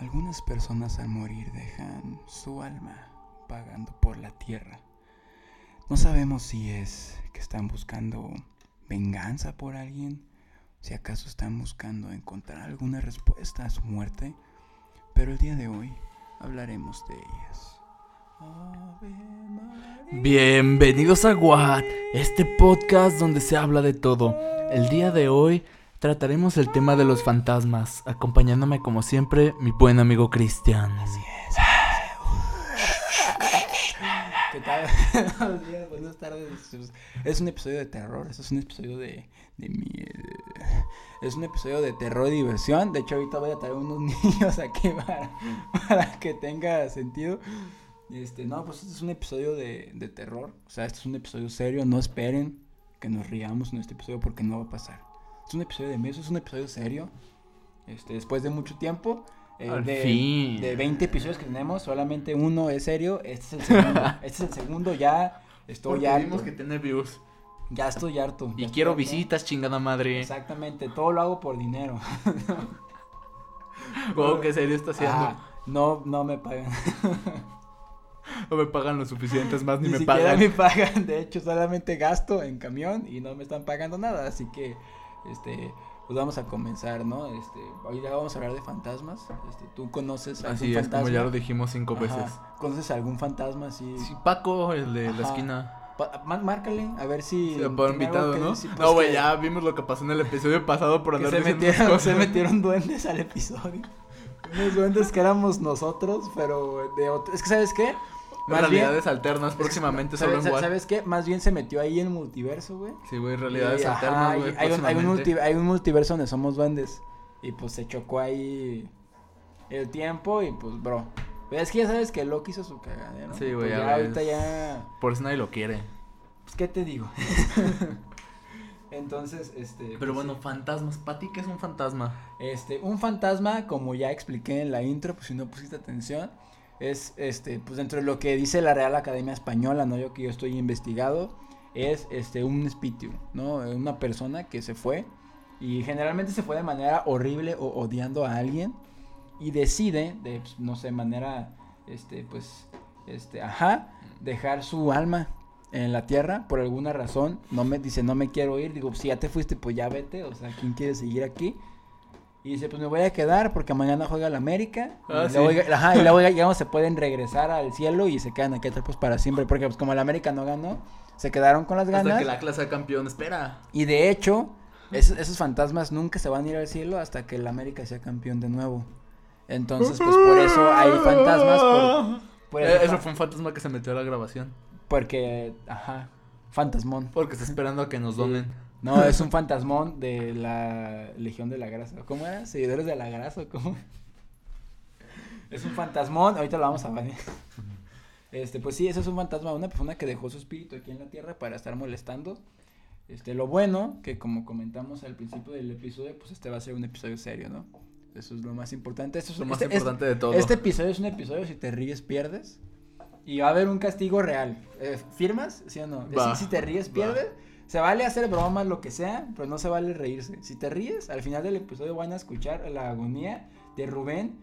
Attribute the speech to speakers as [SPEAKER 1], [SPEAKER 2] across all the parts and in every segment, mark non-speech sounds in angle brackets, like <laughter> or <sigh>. [SPEAKER 1] Algunas personas al morir dejan su alma vagando por la tierra. No sabemos si es que están buscando venganza por alguien, si acaso están buscando encontrar alguna respuesta a su muerte, pero el día de hoy hablaremos de ellas.
[SPEAKER 2] Bienvenidos a What, este podcast donde se habla de todo. El día de hoy trataremos el tema de los fantasmas, acompañándome como siempre mi buen amigo Cristian.
[SPEAKER 1] ¿Qué tal? <laughs> Buenos días, buenas tardes. Es un episodio de terror, es un episodio de, de miedo. Es un episodio de terror y diversión. De hecho, ahorita voy a traer unos <laughs> niños aquí para, para que tenga sentido. Este, no, pues este es un episodio de, de terror. O sea, este es un episodio serio. No esperen que nos riamos en este episodio porque no va a pasar. Es un episodio de miedo, es un episodio serio. Este, después de mucho tiempo. eh,
[SPEAKER 2] Al
[SPEAKER 1] de,
[SPEAKER 2] fin.
[SPEAKER 1] de 20 episodios que tenemos, solamente uno es serio. Este es el segundo.
[SPEAKER 2] <laughs>
[SPEAKER 1] este es el segundo ya. Estoy harto.
[SPEAKER 2] tener views.
[SPEAKER 1] Ya estoy harto. ya
[SPEAKER 2] Y
[SPEAKER 1] estoy
[SPEAKER 2] quiero
[SPEAKER 1] harto.
[SPEAKER 2] visitas, chingada madre.
[SPEAKER 1] Exactamente, todo lo hago por dinero.
[SPEAKER 2] Wow, Oh, qué serio está haciendo.
[SPEAKER 1] Ah, no, no me pagan.
[SPEAKER 2] No me pagan lo suficiente, es más, ni,
[SPEAKER 1] <laughs> Ni,
[SPEAKER 2] me
[SPEAKER 1] siquiera
[SPEAKER 2] pagan.
[SPEAKER 1] me pagan. De hecho, solamente gasto en camión y no me están pagando nada. Así que, este, pues vamos a comenzar, ¿no? Este, hoy ya vamos a hablar de fantasmas. Este, ¿tú conoces algún
[SPEAKER 2] Así es,
[SPEAKER 1] fantasma?
[SPEAKER 2] como ya lo dijimos cinco
[SPEAKER 1] Ajá.
[SPEAKER 2] veces.
[SPEAKER 1] ¿Conoces algún fantasma así?
[SPEAKER 2] Sí, Paco, el de
[SPEAKER 1] Ajá.
[SPEAKER 2] la esquina.
[SPEAKER 1] Pa- má- márcale, a ver si.
[SPEAKER 2] Se lo puedo
[SPEAKER 1] tiene
[SPEAKER 2] invitado,
[SPEAKER 1] algo que
[SPEAKER 2] ¿no?
[SPEAKER 1] decir, pues,
[SPEAKER 2] no, güey,
[SPEAKER 1] que-
[SPEAKER 2] ya vimos lo que pasó en el episodio pasado por
[SPEAKER 1] que
[SPEAKER 2] andar
[SPEAKER 1] se
[SPEAKER 2] diciendo
[SPEAKER 1] metieron, <laughs>
[SPEAKER 2] cosas.
[SPEAKER 1] se metieron duendes al episodio. Unos duendes que éramos nosotros, pero de otro. Es que, ¿sabes qué? Más bien-
[SPEAKER 2] Realidades alternas próximamente solo
[SPEAKER 1] ¿Sabes,
[SPEAKER 2] en WhatsApp.
[SPEAKER 1] ¿Sabes qué? Más bien se metió ahí en multiverso, güey.
[SPEAKER 2] Sí, güey, realidades
[SPEAKER 1] Y, ajá,
[SPEAKER 2] alternas,
[SPEAKER 1] y hay,
[SPEAKER 2] güey.
[SPEAKER 1] un, hay, un
[SPEAKER 2] próximamente.
[SPEAKER 1] multi- hay un multiverso donde somos duendes. Y pues se chocó ahí el tiempo y pues, bro. Pero es que ya sabes que Loki hizo su cagadero.
[SPEAKER 2] Sí, güey,
[SPEAKER 1] Pues
[SPEAKER 2] ya
[SPEAKER 1] ya
[SPEAKER 2] ves.
[SPEAKER 1] ahorita ya.
[SPEAKER 2] Por eso nadie lo quiere.
[SPEAKER 1] Pues, ¿qué te digo? <laughs> Entonces, este. pues,
[SPEAKER 2] Pero bueno, fantasmas. ¿Para ti qué es un fantasma?
[SPEAKER 1] Este, un fantasma, como ya expliqué en la intro, pues si no pusiste atención, es este, pues dentro de lo que dice la Real Academia Española, no yo que yo estoy investigado, es este un espíritu, ¿no? Eh, Una persona que se fue y generalmente se fue de manera horrible o odiando a alguien y decide de pues, no sé, manera este pues este, ajá, dejar su alma en la tierra por alguna razón, no me dice, "No me quiero ir", digo, "Si ya te fuiste, pues ya vete", o sea, ¿quién quiere seguir aquí? Y dice, pues me voy a quedar porque mañana juega la América.
[SPEAKER 2] Ah,
[SPEAKER 1] y luego,
[SPEAKER 2] sí.
[SPEAKER 1] ajá, y luego, digamos, se pueden regresar al cielo y se quedan aquí atrás pues, para siempre. Porque pues como la América no ganó, se quedaron con las
[SPEAKER 2] Hasta
[SPEAKER 1] ganas.
[SPEAKER 2] que la clase sea campeón. Espera.
[SPEAKER 1] Y de hecho, es- esos fantasmas nunca se van a ir al cielo hasta que la América sea campeón de nuevo. Entonces, pues por eso <laughs> hay fantasmas. por- por
[SPEAKER 2] Eh,
[SPEAKER 1] eso
[SPEAKER 2] eso
[SPEAKER 1] fa-
[SPEAKER 2] fue un fantasma que se metió a la grabación.
[SPEAKER 1] porque, ajá, fantasmón.
[SPEAKER 2] Porque está esperando a que nos donen.
[SPEAKER 1] No, es un fantasmón de la Legión de la Grasa. ¿Cómo era? ¿Seguidores de la Grasa? o ¿Cómo? Es un fantasmón, ahorita lo vamos a ver. Este, pues sí, ese es un fantasma, una persona que dejó su espíritu aquí en la tierra para estar molestando. Este, lo bueno, que como comentamos al principio del episodio, pues este va a ser un episodio serio, ¿no? Eso es lo más importante. Eso es
[SPEAKER 2] Es lo más
[SPEAKER 1] este- este-
[SPEAKER 2] importante de todo.
[SPEAKER 1] este episodio es un episodio, si te ríes, pierdes. Y va a haber un castigo real. Eh, ¿Firmas? ¿Sí o no? De-
[SPEAKER 2] Va,
[SPEAKER 1] si, si te ríes,
[SPEAKER 2] va.
[SPEAKER 1] pierdes. Se vale hacer bromas, lo que sea, pero no se vale reírse. Si te ríes, al final del episodio van a escuchar la agonía de Rubén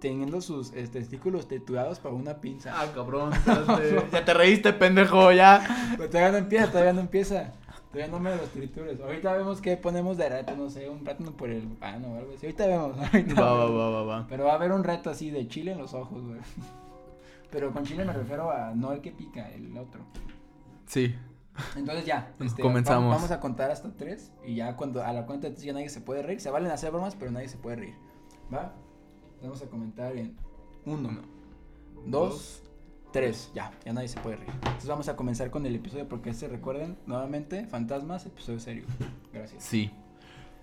[SPEAKER 1] teniendo sus eh, testículos triturados para una pinza.
[SPEAKER 2] Ah,
[SPEAKER 1] <laughs>
[SPEAKER 2] cabrón. espérate. ya te reíste, pendejo, ya.
[SPEAKER 1] Pero todavía no empieza, todavía no empieza. Todavía no me los tritures. Ahorita vemos qué ponemos de rato, no sé, un plátano por el pano o algo así. Ahorita vemos, <laughs> ahorita
[SPEAKER 2] Va, va,
[SPEAKER 1] vemos.
[SPEAKER 2] va, va, va.
[SPEAKER 1] Pero va a haber un reto así de chile en los ojos, güey. <laughs> Pero con chile me refiero a no el que pica, el otro.
[SPEAKER 2] Sí.
[SPEAKER 1] Entonces ya, este,
[SPEAKER 2] Comenzamos.
[SPEAKER 1] vam- Vamos a contar hasta tres y ya cuando a la cuenta de tres ya nadie se puede reír. Se valen hacer bromas, pero nadie se puede reír. ¿Va? Vamos a comentar en uno, dos, tres. Ya, ya nadie se puede reír. Entonces vamos a comenzar con el episodio porque este recuerden nuevamente, fantasmas, episodio serio. Gracias.
[SPEAKER 2] Sí.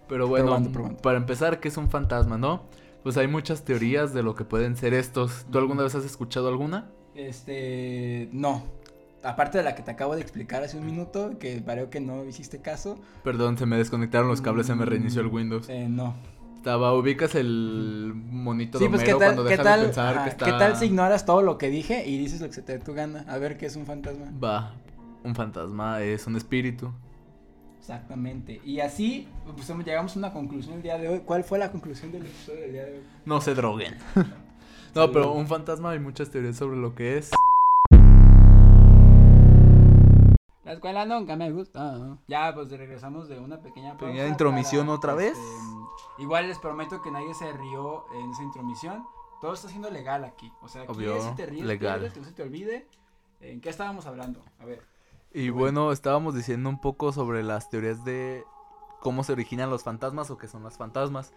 [SPEAKER 2] Pero bueno,
[SPEAKER 1] Probando, probando.
[SPEAKER 2] para empezar, ¿qué es un fantasma, no? Pues hay muchas teorías de lo que pueden ser estos. ¿Tú alguna vez has escuchado alguna?
[SPEAKER 1] Este, no. Aparte de la que te acabo de explicar hace un minuto, que pareo que no hiciste caso,
[SPEAKER 2] Perdón, se me desconectaron los cables, se me reinició el Windows.
[SPEAKER 1] eh, no.
[SPEAKER 2] Estaba, ubicas el monito
[SPEAKER 1] Sí,
[SPEAKER 2] de
[SPEAKER 1] pues qué
[SPEAKER 2] Homero
[SPEAKER 1] tal,
[SPEAKER 2] cuando
[SPEAKER 1] qué
[SPEAKER 2] deja de
[SPEAKER 1] tal,
[SPEAKER 2] pensar
[SPEAKER 1] ajá,
[SPEAKER 2] que está...
[SPEAKER 1] qué tal si ignoras todo lo que dije y dices lo que se te dé tu gana. A ver qué es un fantasma.
[SPEAKER 2] Va, un fantasma es un espíritu
[SPEAKER 1] Exactamente. Y así, pues hemos- llegamos a una conclusión el día de hoy. ¿Cuál fue la conclusión del episodio del día de hoy?
[SPEAKER 2] No se droguen. <laughs> no, pero un fantasma hay muchas teorías sobre lo que es.
[SPEAKER 1] La escuela nunca me gustó. Ya, pues regresamos de una pequeña pausa. este,
[SPEAKER 2] Pequeña intromisión otra vez.
[SPEAKER 1] Igual les prometo que nadie se rió en esa intromisión. Todo está siendo legal aquí. O sea, aquí
[SPEAKER 2] Obvio,
[SPEAKER 1] es si te ríes,
[SPEAKER 2] legal.
[SPEAKER 1] pierdes, que no se te olvide. ¿En qué estábamos hablando? A ver.
[SPEAKER 2] Y bueno, estábamos diciendo un poco sobre las teorías de cómo se originan los fantasmas o qué son los fantasmas.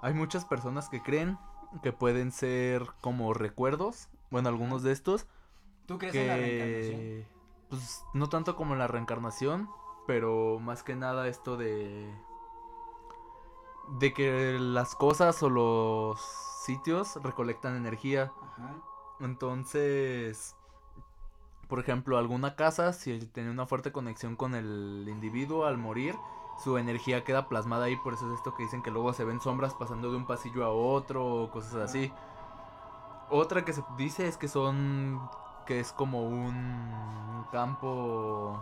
[SPEAKER 2] Hay muchas personas que creen que pueden ser como recuerdos, bueno, algunos de estos,
[SPEAKER 1] ¿Tú crees en la reencarnación?
[SPEAKER 2] que pues no tanto como en la reencarnación, pero más que nada esto de de que las cosas o los sitios recolectan energía.
[SPEAKER 1] Ajá.
[SPEAKER 2] Entonces, por ejemplo, alguna casa, si él tenía una fuerte conexión con el individuo al morir, su energía queda plasmada ahí, por eso es esto que dicen que luego se ven sombras pasando de un pasillo a otro o cosas así. Otra que se dice es que son, que es como un campo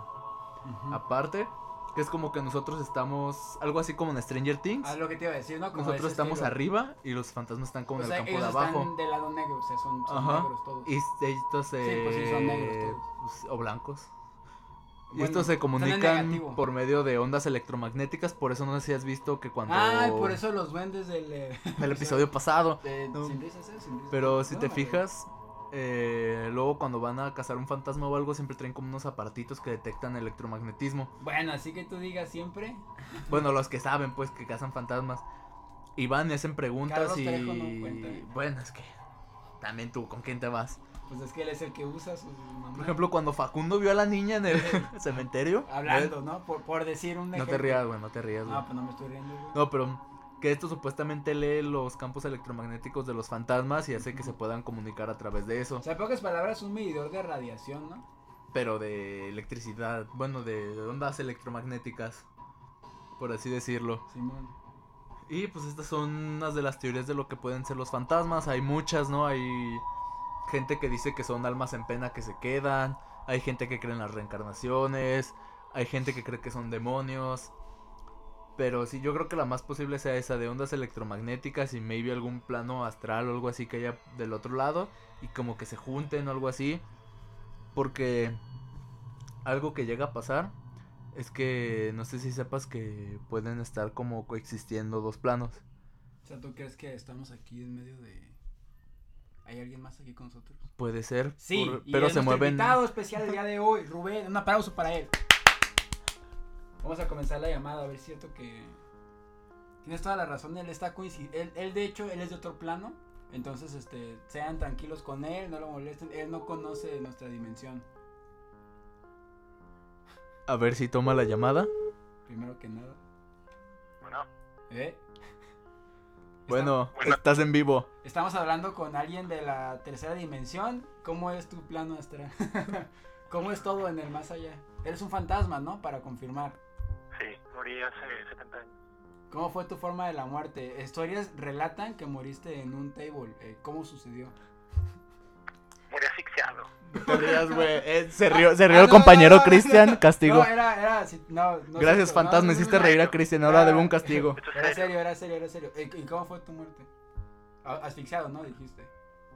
[SPEAKER 1] Ujú.
[SPEAKER 2] aparte, que es como que nosotros estamos, algo así como en Stranger Things,
[SPEAKER 1] Ah, lo que te iba a decir, ¿no? Como
[SPEAKER 2] nosotros
[SPEAKER 1] ese
[SPEAKER 2] estamos
[SPEAKER 1] estilo.
[SPEAKER 2] arriba y los fantasmas están como
[SPEAKER 1] O
[SPEAKER 2] en
[SPEAKER 1] sea,
[SPEAKER 2] el campo
[SPEAKER 1] ellos
[SPEAKER 2] de abajo.
[SPEAKER 1] están del lado negro, o sea, son, son
[SPEAKER 2] Ajá.
[SPEAKER 1] negros todos.
[SPEAKER 2] Y s- estos se...
[SPEAKER 1] Sí, pues sí, son negros todos.
[SPEAKER 2] pues, O blancos. y
[SPEAKER 1] Bueno,
[SPEAKER 2] estos
[SPEAKER 1] están
[SPEAKER 2] se
[SPEAKER 1] en
[SPEAKER 2] comunican
[SPEAKER 1] negativo.
[SPEAKER 2] por medio de ondas electromagnéticas, por eso no sé si has visto que cuando...
[SPEAKER 1] Ay, por eso los duendes del... eh,
[SPEAKER 2] <laughs> El episodio pasado.
[SPEAKER 1] de-
[SPEAKER 2] No.
[SPEAKER 1] sin risas, eh, sin risas.
[SPEAKER 2] Pero si
[SPEAKER 1] No,
[SPEAKER 2] te
[SPEAKER 1] no,
[SPEAKER 2] fijas, eh, luego cuando van a cazar un fantasma o algo, siempre traen como unos aparatitos que detectan electromagnetismo.
[SPEAKER 1] Bueno, así que tú digas siempre.
[SPEAKER 2] Bueno, los que saben, pues, que cazan fantasmas. Y van y hacen preguntas
[SPEAKER 1] Carlos
[SPEAKER 2] y...
[SPEAKER 1] Trejo no cuenta, ¿eh?
[SPEAKER 2] bueno, es que... También tú, ¿con quién te vas?
[SPEAKER 1] Pues es que él es el que usa su mamá.
[SPEAKER 2] Por ejemplo, cuando Facundo vio a la niña
[SPEAKER 1] <laughs>
[SPEAKER 2] en el cementerio... ¿ves?
[SPEAKER 1] hablando, ¿no? Por, por decir un
[SPEAKER 2] eh, No
[SPEAKER 1] ejemplo.
[SPEAKER 2] te rías, güey, no te rías, güey.
[SPEAKER 1] No, pues no me estoy riendo. güey.
[SPEAKER 2] No, pero que esto supuestamente lee los campos electromagnéticos de los fantasmas y hace que se puedan comunicar a través de eso.
[SPEAKER 1] O sea, en pocas palabras, un medidor de radiación, ¿no?
[SPEAKER 2] Pero de electricidad, bueno, de ondas electromagnéticas, por así decirlo.
[SPEAKER 1] Simón.
[SPEAKER 2] Y pues estas son unas de las teorías de lo que pueden ser los fantasmas. Hay muchas, ¿no? Hay gente que dice que son almas en pena que se quedan. Hay gente que cree en las reencarnaciones. Hay gente que cree que son demonios. Pero sí, yo creo que la más posible sea esa de ondas electromagnéticas y maybe algún plano astral o algo así que haya del otro lado. Y como que se junten o algo así. Porque algo que llega a pasar es que no sé si sepas que pueden estar como coexistiendo dos planos.
[SPEAKER 1] O sea, ¿tú crees que estamos aquí en medio de. ¿Hay alguien más aquí con nosotros?
[SPEAKER 2] Puede ser.
[SPEAKER 1] Sí,
[SPEAKER 2] por-
[SPEAKER 1] y
[SPEAKER 2] pero
[SPEAKER 1] es
[SPEAKER 2] se
[SPEAKER 1] nuestro
[SPEAKER 2] mueven.
[SPEAKER 1] invitado especial el día de hoy, Rubén. Un aplauso para él. Vamos a comenzar la llamada, a ver, cierto que. Tienes toda la razón, él está coincidiendo. Él, él, de hecho, él es de otro plano. Entonces, este, sean tranquilos con él, no lo molesten. Él no conoce nuestra dimensión,
[SPEAKER 2] A ver si toma la llamada.
[SPEAKER 1] primero que nada.
[SPEAKER 3] Bueno,
[SPEAKER 1] ¿Eh?
[SPEAKER 2] Bueno,
[SPEAKER 3] Bueno.
[SPEAKER 2] estás en vivo.
[SPEAKER 1] Estam- Estamos hablando con alguien de la tercera dimensión. ¿Cómo es tu plano astral? <laughs> ¿Cómo es todo en el más allá? Eres un fantasma, ¿no? Para confirmar.
[SPEAKER 3] sí, morí hace 70 años.
[SPEAKER 1] ¿Cómo fue tu forma de la muerte? Historias relatan que moriste en un table. eh, ¿Cómo sucedió?
[SPEAKER 3] Morí asfixiado.
[SPEAKER 2] Te rías, güey. <laughs> Eh, se rió, se
[SPEAKER 1] Ah,
[SPEAKER 2] rió el
[SPEAKER 1] no,
[SPEAKER 2] compañero
[SPEAKER 1] no, no,
[SPEAKER 2] Cristian. Castigo.
[SPEAKER 1] No, era, era, sí, no, no
[SPEAKER 2] Gracias,
[SPEAKER 1] cierto,
[SPEAKER 2] fantasma.
[SPEAKER 1] no, no,
[SPEAKER 2] Hiciste
[SPEAKER 1] no,
[SPEAKER 2] reír a
[SPEAKER 3] no.
[SPEAKER 2] Cristian. Ahora
[SPEAKER 1] Ah.
[SPEAKER 2] debo un castigo.
[SPEAKER 3] Esto es
[SPEAKER 1] Era
[SPEAKER 3] serio.
[SPEAKER 1] serio, era serio, era serio. Eh, ¿Y cómo fue tu muerte? A- Asfixiado, ¿no? Dijiste.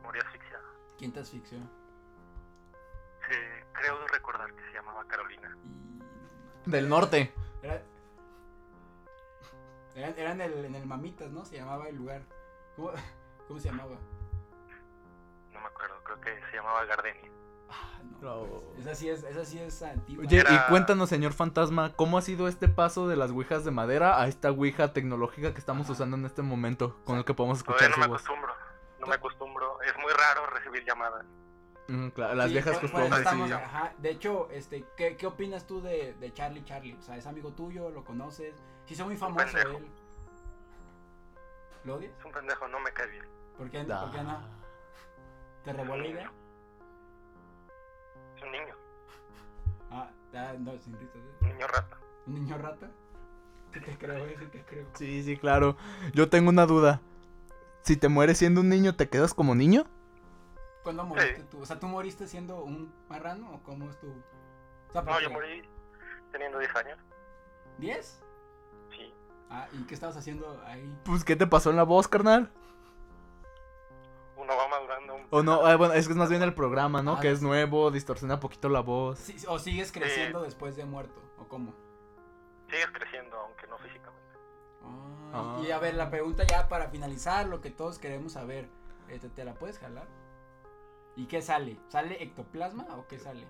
[SPEAKER 3] Morí asfixiado.
[SPEAKER 1] ¿Quién te asfixió?
[SPEAKER 3] Sí, creo recordar que se llamaba Carolina.
[SPEAKER 1] Y-
[SPEAKER 2] Del norte.
[SPEAKER 1] Era, era, era en, el, en el Mamitas, ¿no? Se llamaba el lugar. ¿Cómo, <laughs> cómo se llamaba?
[SPEAKER 3] No me acuerdo, creo que se llamaba Gardenia.
[SPEAKER 1] Ah, no.
[SPEAKER 2] No.
[SPEAKER 1] pues, Esa sí es, esa sí es antigua.
[SPEAKER 2] Oye,
[SPEAKER 3] Era-
[SPEAKER 2] y cuéntanos, señor fantasma, ¿cómo ha sido este paso de las ouijas de madera a esta ouija tecnológica que estamos
[SPEAKER 1] Ajá.
[SPEAKER 2] usando en este momento? Con el que podemos
[SPEAKER 3] Todavía
[SPEAKER 2] escuchar
[SPEAKER 3] no
[SPEAKER 2] su
[SPEAKER 3] me
[SPEAKER 2] voz. Ah.
[SPEAKER 3] acostumbro. No me acostumbro. Es muy raro recibir llamadas.
[SPEAKER 2] Mm, claro, las
[SPEAKER 1] Sí, pues,
[SPEAKER 2] viejas
[SPEAKER 1] bueno,
[SPEAKER 2] costumbres.
[SPEAKER 1] estamos-
[SPEAKER 2] sí.
[SPEAKER 1] ajá. De hecho, este, ¿qué, qué opinas tú de, de Charlie Charlie? O sea, es amigo tuyo, lo conoces. Sí, soy muy famoso
[SPEAKER 3] pendejo.
[SPEAKER 1] él. ¿Lo odias?
[SPEAKER 3] Es un pendejo, no me cae bien.
[SPEAKER 1] ¿Por qué,
[SPEAKER 2] Da.
[SPEAKER 1] ¿por qué no? ¿Te robó la idea?
[SPEAKER 3] Es un niño,
[SPEAKER 1] Ah, ah, no, sin risas, ¿eh?
[SPEAKER 3] un niño rata.
[SPEAKER 1] ¿Un niño rata? Sí te creo, eh, sí te creo.
[SPEAKER 2] Sí, sí, claro. Yo tengo una duda. Si te mueres siendo un niño, ¿te quedas como niño?
[SPEAKER 1] ¿Cuándo moriste tú? O sea, ¿tú moriste siendo un marrano o cómo es tu...? O sea,
[SPEAKER 3] No,
[SPEAKER 1] porque-
[SPEAKER 3] yo morí teniendo 10 años.
[SPEAKER 1] ¿Diez?
[SPEAKER 3] Sí.
[SPEAKER 1] Ah, ¿y qué estabas haciendo ahí?
[SPEAKER 2] Pues, ¿qué te pasó en la voz, carnal?
[SPEAKER 3] Uno va madurando. un-
[SPEAKER 2] O no, eh, bueno, es que es más bien el programa, ¿no?
[SPEAKER 1] Ah,
[SPEAKER 2] que es
[SPEAKER 1] sí.
[SPEAKER 2] nuevo, distorsiona poquito la voz.
[SPEAKER 1] Sí, ¿O sigues creciendo después de muerto? ¿O cómo?
[SPEAKER 3] Sigues creciendo, aunque no físicamente.
[SPEAKER 1] Ah,
[SPEAKER 2] Ah.
[SPEAKER 1] Y a ver, la pregunta ya para finalizar, lo que todos queremos saber, eh, ¿te, te la puedes jalar? ¿Y qué sale? ¿Sale ectoplasma o qué sale?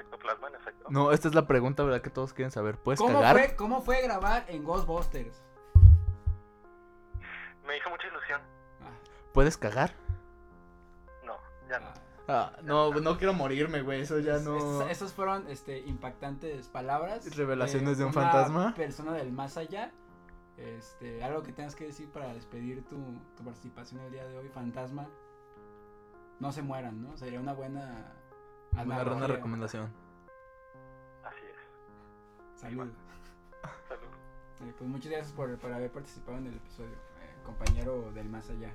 [SPEAKER 3] Ectoplasma, en efecto.
[SPEAKER 2] No, esta es la pregunta, ¿verdad? Que todos quieren saber. ¿Puedes
[SPEAKER 1] ¿Cómo
[SPEAKER 2] cagar?
[SPEAKER 1] fue, ¿Cómo fue grabar en Ghostbusters?
[SPEAKER 3] Me hizo mucha ilusión.
[SPEAKER 1] Ah,
[SPEAKER 2] ¿Puedes cagar?
[SPEAKER 3] No, ya no.
[SPEAKER 1] ah.
[SPEAKER 2] Ah, no, no quiero morirme, güey. Eso ya
[SPEAKER 1] Es-
[SPEAKER 2] no.
[SPEAKER 1] Estas, estas fueron este, impactantes palabras.
[SPEAKER 2] Revelaciones de un
[SPEAKER 1] una
[SPEAKER 2] fantasma.
[SPEAKER 1] Persona del más allá. Este, algo que tengas que decir para despedir tu, tu participación el día de hoy, fantasma. No se mueran, ¿no? Sería una buena.
[SPEAKER 2] Una,
[SPEAKER 1] analogía.
[SPEAKER 2] una recomendación.
[SPEAKER 3] Así es.
[SPEAKER 1] Salud.
[SPEAKER 3] Salud.
[SPEAKER 1] Eh, pues muchas gracias por, por haber participado en el episodio, eh, compañero del más allá.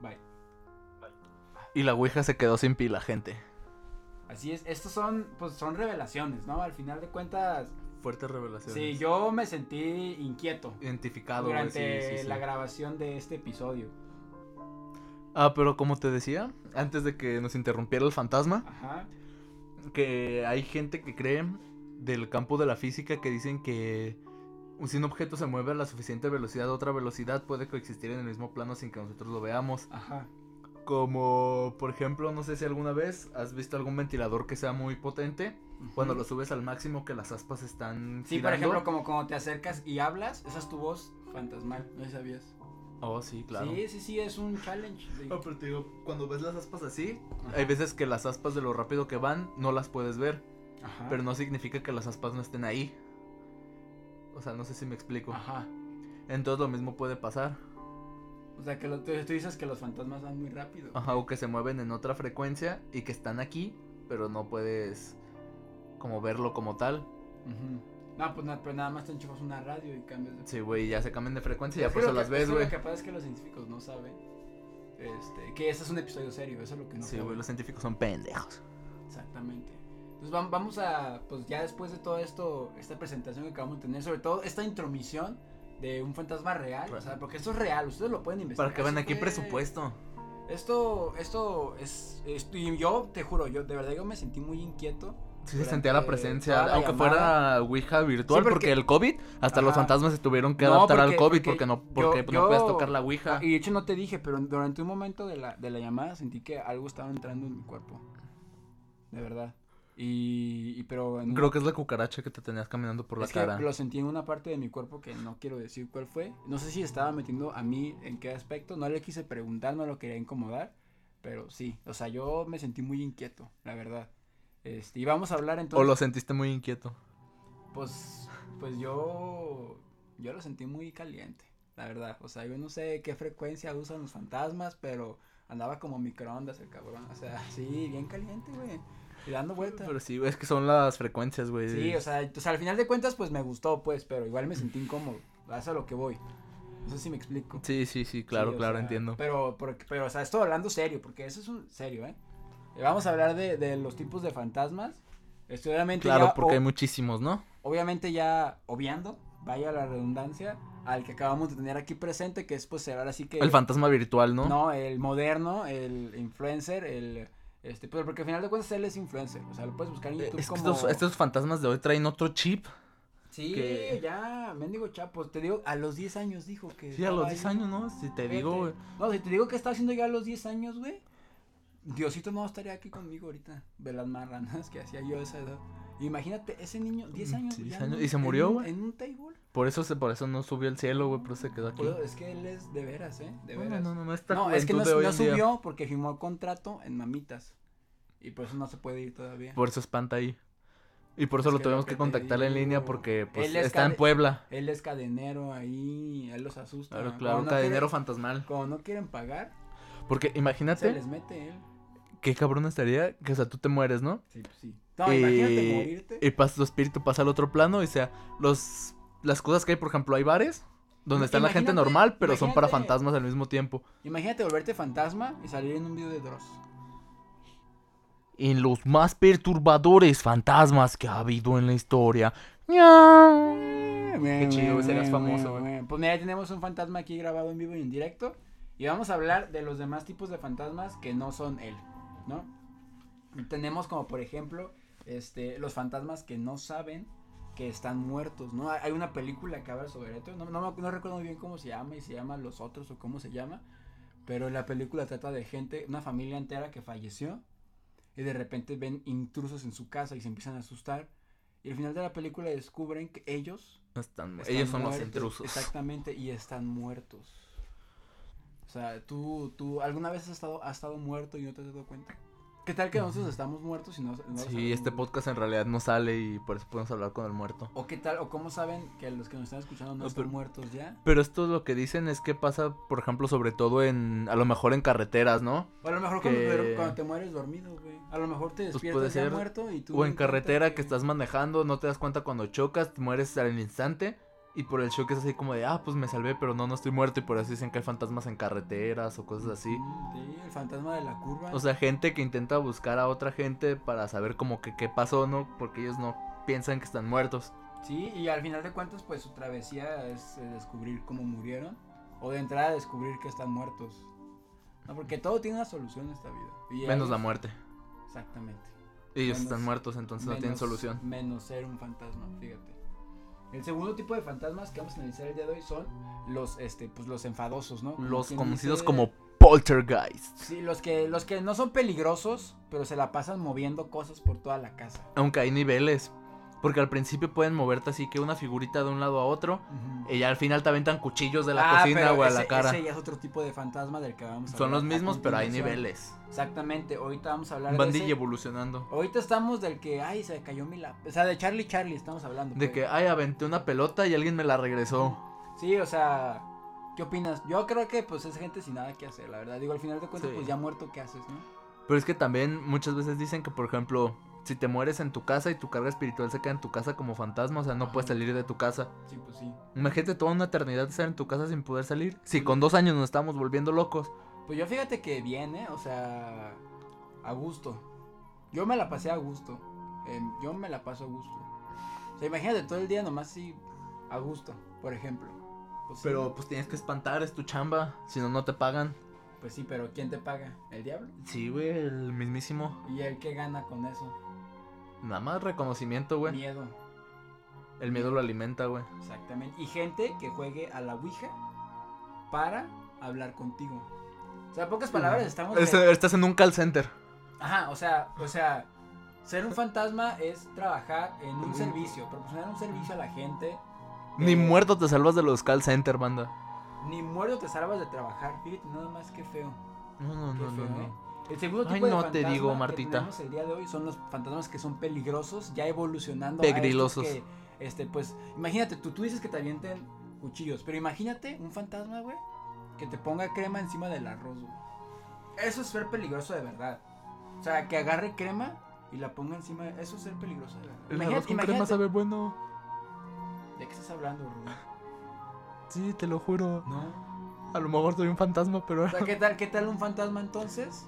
[SPEAKER 1] Bye.
[SPEAKER 2] Y la Ouija se quedó sin pila, gente.
[SPEAKER 1] Así es, estos son, pues son revelaciones, ¿no? Al final de cuentas,
[SPEAKER 2] Fuertes revelaciones.
[SPEAKER 1] sí, yo me sentí inquieto.
[SPEAKER 2] Identificado, güey,
[SPEAKER 1] durante
[SPEAKER 2] sí, sí, sí.
[SPEAKER 1] la grabación de este episodio.
[SPEAKER 2] Ah, pero como te decía, antes de que nos interrumpiera el fantasma,
[SPEAKER 1] Ajá.
[SPEAKER 2] que hay gente que cree del campo de la física que dicen que un- si un objeto se mueve a la suficiente velocidad, otra velocidad puede coexistir en el mismo plano sin que nosotros lo veamos.
[SPEAKER 1] Ajá.
[SPEAKER 2] Como, por ejemplo, no sé si alguna vez has visto algún ventilador que sea muy potente. Cuando lo subes al máximo que las aspas están
[SPEAKER 1] Sí, por ejemplo,
[SPEAKER 2] girando.
[SPEAKER 1] como cuando te acercas y hablas, esa es tu voz fantasmal, no sabías.
[SPEAKER 2] Oh, sí, claro.
[SPEAKER 1] Sí, sí, sí, es un challenge. de-
[SPEAKER 2] No, pero te digo, cuando ves las aspas así,
[SPEAKER 1] Ajá.
[SPEAKER 2] hay veces que las aspas de lo rápido que van no las puedes ver,
[SPEAKER 1] Ajá.
[SPEAKER 2] pero no significa que las aspas no estén ahí. O sea, no sé si me explico.
[SPEAKER 1] Ajá.
[SPEAKER 2] Entonces lo mismo puede pasar.
[SPEAKER 1] O sea, que lo- tú, tú dices que los fantasmas van muy rápido.
[SPEAKER 2] Ajá, o que se mueven en otra frecuencia y que están aquí, pero no puedes como verlo como tal.
[SPEAKER 1] Ujú. No, pues, na- pues nada más te enchufas una radio y cambias de...
[SPEAKER 2] Sí, güey, ya se cambian de frecuencia y
[SPEAKER 1] Es
[SPEAKER 2] ya
[SPEAKER 1] que
[SPEAKER 2] por eso
[SPEAKER 1] lo que-
[SPEAKER 2] las
[SPEAKER 1] es
[SPEAKER 2] ves,
[SPEAKER 1] que
[SPEAKER 2] güey.
[SPEAKER 1] Lo que pasa es que los científicos no saben este, que ese es un episodio serio, eso es lo que no
[SPEAKER 2] Sí,
[SPEAKER 1] saben.
[SPEAKER 2] güey, los científicos son pendejos.
[SPEAKER 1] Exactamente. Entonces vam- vamos a, pues ya después de todo esto, esta presentación que acabamos de tener, sobre todo esta intromisión de un fantasma real,
[SPEAKER 2] Real.
[SPEAKER 1] o sea, porque esto es real, ustedes lo pueden investigar.
[SPEAKER 2] Para que vean
[SPEAKER 1] Eso
[SPEAKER 2] aquí
[SPEAKER 1] fue-
[SPEAKER 2] presupuesto.
[SPEAKER 1] Esto, esto es, esto- y yo te juro, yo de verdad yo me sentí muy inquieto.
[SPEAKER 2] Sí, se sentía la
[SPEAKER 1] durante
[SPEAKER 2] presencia,
[SPEAKER 1] toda la
[SPEAKER 2] aunque fuera Ouija virtual,
[SPEAKER 1] Sí, porque-
[SPEAKER 2] porque... el COVID, hasta los
[SPEAKER 1] Ajá.
[SPEAKER 2] fantasmas se tuvieron que
[SPEAKER 1] No,
[SPEAKER 2] adaptar
[SPEAKER 1] porque-
[SPEAKER 2] al COVID
[SPEAKER 1] porque
[SPEAKER 2] porque, no,
[SPEAKER 1] yo-
[SPEAKER 2] porque pues no
[SPEAKER 1] yo-
[SPEAKER 2] podías tocar la Ouija.
[SPEAKER 1] Ah, y de hecho no te dije, pero durante un momento de la, de la llamada sentí que algo estaba entrando en mi cuerpo. De verdad. Y, y pero en un-
[SPEAKER 2] Creo que es la cucaracha que te tenías caminando por la
[SPEAKER 1] es
[SPEAKER 2] cara.
[SPEAKER 1] que lo sentí en una parte de mi cuerpo que no quiero decir cuál fue. No sé si estaba metiendo a mí en qué aspecto. No le quise preguntar, no lo quería incomodar. Pero sí, o sea, yo me sentí muy inquieto, la verdad. Este, y vamos a hablar
[SPEAKER 2] O
[SPEAKER 1] entonces.
[SPEAKER 2] lo sentiste muy inquieto.
[SPEAKER 1] Pues, pues yo, yo lo sentí muy caliente, la verdad. O sea, yo no sé qué frecuencia usan los fantasmas, pero andaba como microondas el cabrón. O sea, sí, bien caliente, güey. Y dando vueltas.
[SPEAKER 2] Pero pues sí, güey, es que son las frecuencias, güey.
[SPEAKER 1] Sí, o sea, o sea, al final de cuentas, pues me gustó, pues, pero igual me sentí incómodo. Eso a lo que voy. No sé si me explico.
[SPEAKER 2] sí, sí, sí, claro,
[SPEAKER 1] Sí, o
[SPEAKER 2] claro,
[SPEAKER 1] sea,
[SPEAKER 2] entiendo.
[SPEAKER 1] Pero, pero, pero, o sea, estoy hablando serio, porque eso es un serio, ¿eh? Eh, Vamos a hablar de, de los tipos de fantasmas. Estoy obviamente
[SPEAKER 2] Claro,
[SPEAKER 1] ya
[SPEAKER 2] porque
[SPEAKER 1] o-
[SPEAKER 2] hay muchísimos, ¿no?
[SPEAKER 1] obviamente ya obviando, vaya la redundancia, al que acabamos de tener aquí presente, que es pues ahora sí que...
[SPEAKER 2] El fantasma virtual, ¿no?
[SPEAKER 1] No, el moderno, el influencer, el... Este, pero porque al final de cuentas él es influencer, o sea, lo puedes buscar en
[SPEAKER 2] Eh,
[SPEAKER 1] YouTube
[SPEAKER 2] Es que
[SPEAKER 1] como...
[SPEAKER 2] estos, estos fantasmas de hoy traen otro chip.
[SPEAKER 1] Sí,
[SPEAKER 2] que-
[SPEAKER 1] ya, mendigo chapos, te digo, a los 10 años dijo que...
[SPEAKER 2] Sí, a
[SPEAKER 1] estaba
[SPEAKER 2] los 10
[SPEAKER 1] ahí.
[SPEAKER 2] años, ¿no? Si te
[SPEAKER 1] Fíjate.
[SPEAKER 2] digo, güey.
[SPEAKER 1] No, si te digo que está haciendo ya a los 10 años, güey, Diosito no estaría aquí conmigo ahorita, de las marranas que hacía yo a esa edad. Imagínate, ese niño, 10 años.
[SPEAKER 2] Mm, Sí,
[SPEAKER 1] ya
[SPEAKER 2] 10
[SPEAKER 1] en
[SPEAKER 2] años,
[SPEAKER 1] un-
[SPEAKER 2] y se murió,
[SPEAKER 1] en un-
[SPEAKER 2] güey.
[SPEAKER 1] En un table.
[SPEAKER 2] Por eso, se, por eso no subió al cielo, güey, por eso se quedó aquí.
[SPEAKER 1] Puedo- es que él es de veras, ¿eh? De
[SPEAKER 2] No,
[SPEAKER 1] veras.
[SPEAKER 2] no,
[SPEAKER 1] No,
[SPEAKER 2] no, no, esta
[SPEAKER 1] es que no,
[SPEAKER 2] juventud de hoy
[SPEAKER 1] no
[SPEAKER 2] en día.
[SPEAKER 1] subió porque firmó contrato en Mamitas. Y por eso no se puede ir todavía.
[SPEAKER 2] Por eso espanta ahí. Y por eso
[SPEAKER 1] Es
[SPEAKER 2] lo
[SPEAKER 1] que
[SPEAKER 2] tuvimos
[SPEAKER 1] lo que
[SPEAKER 2] que
[SPEAKER 1] te
[SPEAKER 2] contactar en línea
[SPEAKER 1] digo,
[SPEAKER 2] porque pues,
[SPEAKER 1] él es
[SPEAKER 2] está en
[SPEAKER 1] cabe-
[SPEAKER 2] Puebla.
[SPEAKER 1] Él es cadenero ahí, él los asusta.
[SPEAKER 2] Claro,
[SPEAKER 1] Como
[SPEAKER 2] claro, un
[SPEAKER 1] no
[SPEAKER 2] cadenero
[SPEAKER 1] quieren-
[SPEAKER 2] fantasmal.
[SPEAKER 1] Como no quieren pagar,
[SPEAKER 2] Porque
[SPEAKER 1] se
[SPEAKER 2] imagínate
[SPEAKER 1] les mete él.
[SPEAKER 2] qué cabrón estaría que, o sea, tú te mueres, ¿no?
[SPEAKER 1] Sí, pues sí. No,
[SPEAKER 2] Eh,
[SPEAKER 1] imagínate morirte.
[SPEAKER 2] Y pasa tu espíritu, pasa al otro plano y sea, los, las cosas que hay, por ejemplo, hay bares donde está la gente
[SPEAKER 1] Imagínate-
[SPEAKER 2] normal, pero son para
[SPEAKER 1] imagínate-
[SPEAKER 2] fantasmas al mismo tiempo.
[SPEAKER 1] Imagínate volverte fantasma y salir en un video de Dross.
[SPEAKER 2] en los más perturbadores fantasmas que ha habido en la historia. Ñau.
[SPEAKER 1] Qué
[SPEAKER 4] chido, güey, serás famoso, güey.
[SPEAKER 1] Pues mira, tenemos un fantasma aquí grabado en vivo y en directo. Y vamos a hablar de los demás tipos de fantasmas que no son él, ¿no? Tenemos como por ejemplo, este, los fantasmas que no saben que están muertos, ¿no? Hay una película que habla sobre esto, no, no, me- no recuerdo muy bien cómo se llama y se llama Los Otros o cómo se llama, pero la película trata de gente, una familia entera que falleció y de repente ven intrusos en su casa y se empiezan a asustar y al final de la película descubren que ellos
[SPEAKER 2] No están-
[SPEAKER 1] están
[SPEAKER 2] Ellos son los
[SPEAKER 1] muertos,
[SPEAKER 2] intrusos.
[SPEAKER 1] Exactamente, y están muertos. O sea, tú, tú, ¿alguna vez has estado, has estado muerto y no te has dado cuenta? ¿Qué tal que nosotros estamos muertos y no, no lo
[SPEAKER 2] Sí,
[SPEAKER 1] sabemos?
[SPEAKER 2] este podcast en realidad no sale y por eso podemos hablar con el muerto.
[SPEAKER 1] ¿O qué tal, o cómo saben que los que nos están escuchando no,
[SPEAKER 2] No,
[SPEAKER 1] están
[SPEAKER 2] pero-
[SPEAKER 1] muertos ya?
[SPEAKER 2] Pero esto lo que dicen es que pasa, por ejemplo, sobre todo en, a lo mejor en carreteras, ¿no?
[SPEAKER 1] O a lo mejor cuando,
[SPEAKER 2] Que- Pues,
[SPEAKER 1] pero cuando te mueres dormido, güey. A lo mejor te despiertas
[SPEAKER 2] puede
[SPEAKER 1] ya
[SPEAKER 2] ser,
[SPEAKER 1] muerto y tú...
[SPEAKER 2] O en
[SPEAKER 1] encuentras
[SPEAKER 2] carretera que estás manejando, no te das cuenta cuando chocas, te mueres al instante. Y por el choque es así como de, ah, pues me salvé, pero no, no estoy muerto. Y por eso dicen que hay fantasmas en carreteras o cosas así.
[SPEAKER 1] Mm, Sí, el fantasma de la curva.
[SPEAKER 2] O sea, gente que intenta buscar a otra gente para saber como que qué pasó, ¿no? Porque ellos no piensan que están muertos.
[SPEAKER 1] Sí, y al final de cuentas, pues su travesía es eh, descubrir cómo murieron o de entrada descubrir que están muertos. No, porque todo tiene una solución en esta vida. Y
[SPEAKER 2] Menos
[SPEAKER 1] ellos-
[SPEAKER 2] la muerte.
[SPEAKER 1] Exactamente.
[SPEAKER 2] Ellos
[SPEAKER 1] Menos-
[SPEAKER 2] están muertos, entonces no tienen
[SPEAKER 1] Menos-
[SPEAKER 2] solución.
[SPEAKER 1] Menos ser un fantasma, fíjate. El segundo tipo de fantasmas que vamos a analizar el día de hoy son los, este, pues los enfadosos, ¿no? Como
[SPEAKER 2] Los
[SPEAKER 1] quien
[SPEAKER 2] conocidos
[SPEAKER 1] dice-
[SPEAKER 2] como poltergeist.
[SPEAKER 1] Sí, los que, los que no son peligrosos, pero se la pasan moviendo cosas por toda la casa.
[SPEAKER 2] Aunque hay niveles. Porque al principio pueden moverte así que una figurita de un lado a otro. Y ya al final te aventan cuchillos de la
[SPEAKER 1] Ah,
[SPEAKER 2] cocina,
[SPEAKER 1] pero
[SPEAKER 2] güey, a la
[SPEAKER 1] ese-
[SPEAKER 2] cara.
[SPEAKER 1] Ese ya es otro tipo de fantasma del que vamos a
[SPEAKER 2] Son
[SPEAKER 1] hablar
[SPEAKER 2] los
[SPEAKER 1] a
[SPEAKER 2] mismos, pero hay
[SPEAKER 1] continuación.
[SPEAKER 2] niveles.
[SPEAKER 1] Exactamente, ahorita vamos a hablar
[SPEAKER 2] Van
[SPEAKER 1] de ese.
[SPEAKER 2] evolucionando.
[SPEAKER 1] Ahorita estamos del que, ay, se cayó mi lápiz. O sea, de Charlie Charlie estamos hablando.
[SPEAKER 2] De
[SPEAKER 1] pues.
[SPEAKER 2] que, ay, aventé una pelota y alguien me la regresó.
[SPEAKER 1] Sí, o sea, ¿qué opinas? Yo creo que pues es gente sin nada que hacer, la verdad. Digo, al final de cuentas,
[SPEAKER 2] Sí.
[SPEAKER 1] pues ya muerto, ¿qué haces, no?
[SPEAKER 2] Pero es que también muchas veces dicen que, por ejemplo, si te mueres en tu casa y tu carga espiritual se queda en tu casa como fantasma, o sea, no
[SPEAKER 1] Ajá.
[SPEAKER 2] puedes salir de tu casa.
[SPEAKER 1] Sí, pues sí.
[SPEAKER 2] Imagínate toda una eternidad de estar en tu casa sin poder salir. Si con dos años nos estamos volviendo locos.
[SPEAKER 1] Pues yo fíjate que viene, o sea, a gusto. Yo me la pasé a gusto. em, yo me la paso a gusto. O sea, imagínate todo el día nomás así, a gusto, por ejemplo. Pues, sí,
[SPEAKER 2] Pero pues tienes que espantar, es tu chamba. Si no, no te pagan.
[SPEAKER 1] pues sí, pero ¿quién te paga? ¿El diablo?
[SPEAKER 2] Sí, güey, el mismísimo.
[SPEAKER 1] ¿Y el que gana con eso?
[SPEAKER 2] Nada más reconocimiento, güey.
[SPEAKER 1] Miedo.
[SPEAKER 2] El miedo lo alimenta, güey.
[SPEAKER 1] Exactamente. Y gente que juegue a la Ouija para hablar contigo. O sea, en pocas palabras, estamos...
[SPEAKER 2] Este- Estás en un call center.
[SPEAKER 1] Ajá, o sea, o sea, ser un fantasma es trabajar en un
[SPEAKER 2] Mm.
[SPEAKER 1] servicio, proporcionar un servicio a la gente.
[SPEAKER 2] Ni
[SPEAKER 1] Eh,
[SPEAKER 2] muerto te salvas de los call center, banda.
[SPEAKER 1] Ni muerto te salvas de trabajar, fíjate, nada más que feo.
[SPEAKER 2] No, no,
[SPEAKER 1] Qué
[SPEAKER 2] no,
[SPEAKER 1] feo,
[SPEAKER 2] no.
[SPEAKER 1] ¿eh?
[SPEAKER 2] no.
[SPEAKER 1] El segundo
[SPEAKER 2] Ay,
[SPEAKER 1] tipo de
[SPEAKER 2] no te
[SPEAKER 1] fantasma
[SPEAKER 2] digo,
[SPEAKER 1] que
[SPEAKER 2] Martita.
[SPEAKER 1] tenemos el día de hoy son los fantasmas que son peligrosos, ya evolucionando.
[SPEAKER 2] Pegrilosos.
[SPEAKER 1] A estos que, este, pues, imagínate, tú, tú dices que te avienten cuchillos, pero imagínate un fantasma, güey, que te ponga crema encima del arroz, güey. Eso es ser peligroso de verdad. O sea, que agarre crema y la ponga encima, de- eso es ser peligroso de verdad.
[SPEAKER 2] El arroz con crema sabe bueno.
[SPEAKER 1] ¿De qué estás hablando, Rubén?
[SPEAKER 2] Sí, te lo juro.
[SPEAKER 1] No.
[SPEAKER 2] A lo mejor soy un fantasma, pero...
[SPEAKER 1] O sea, ¿qué tal, qué tal un fantasma entonces?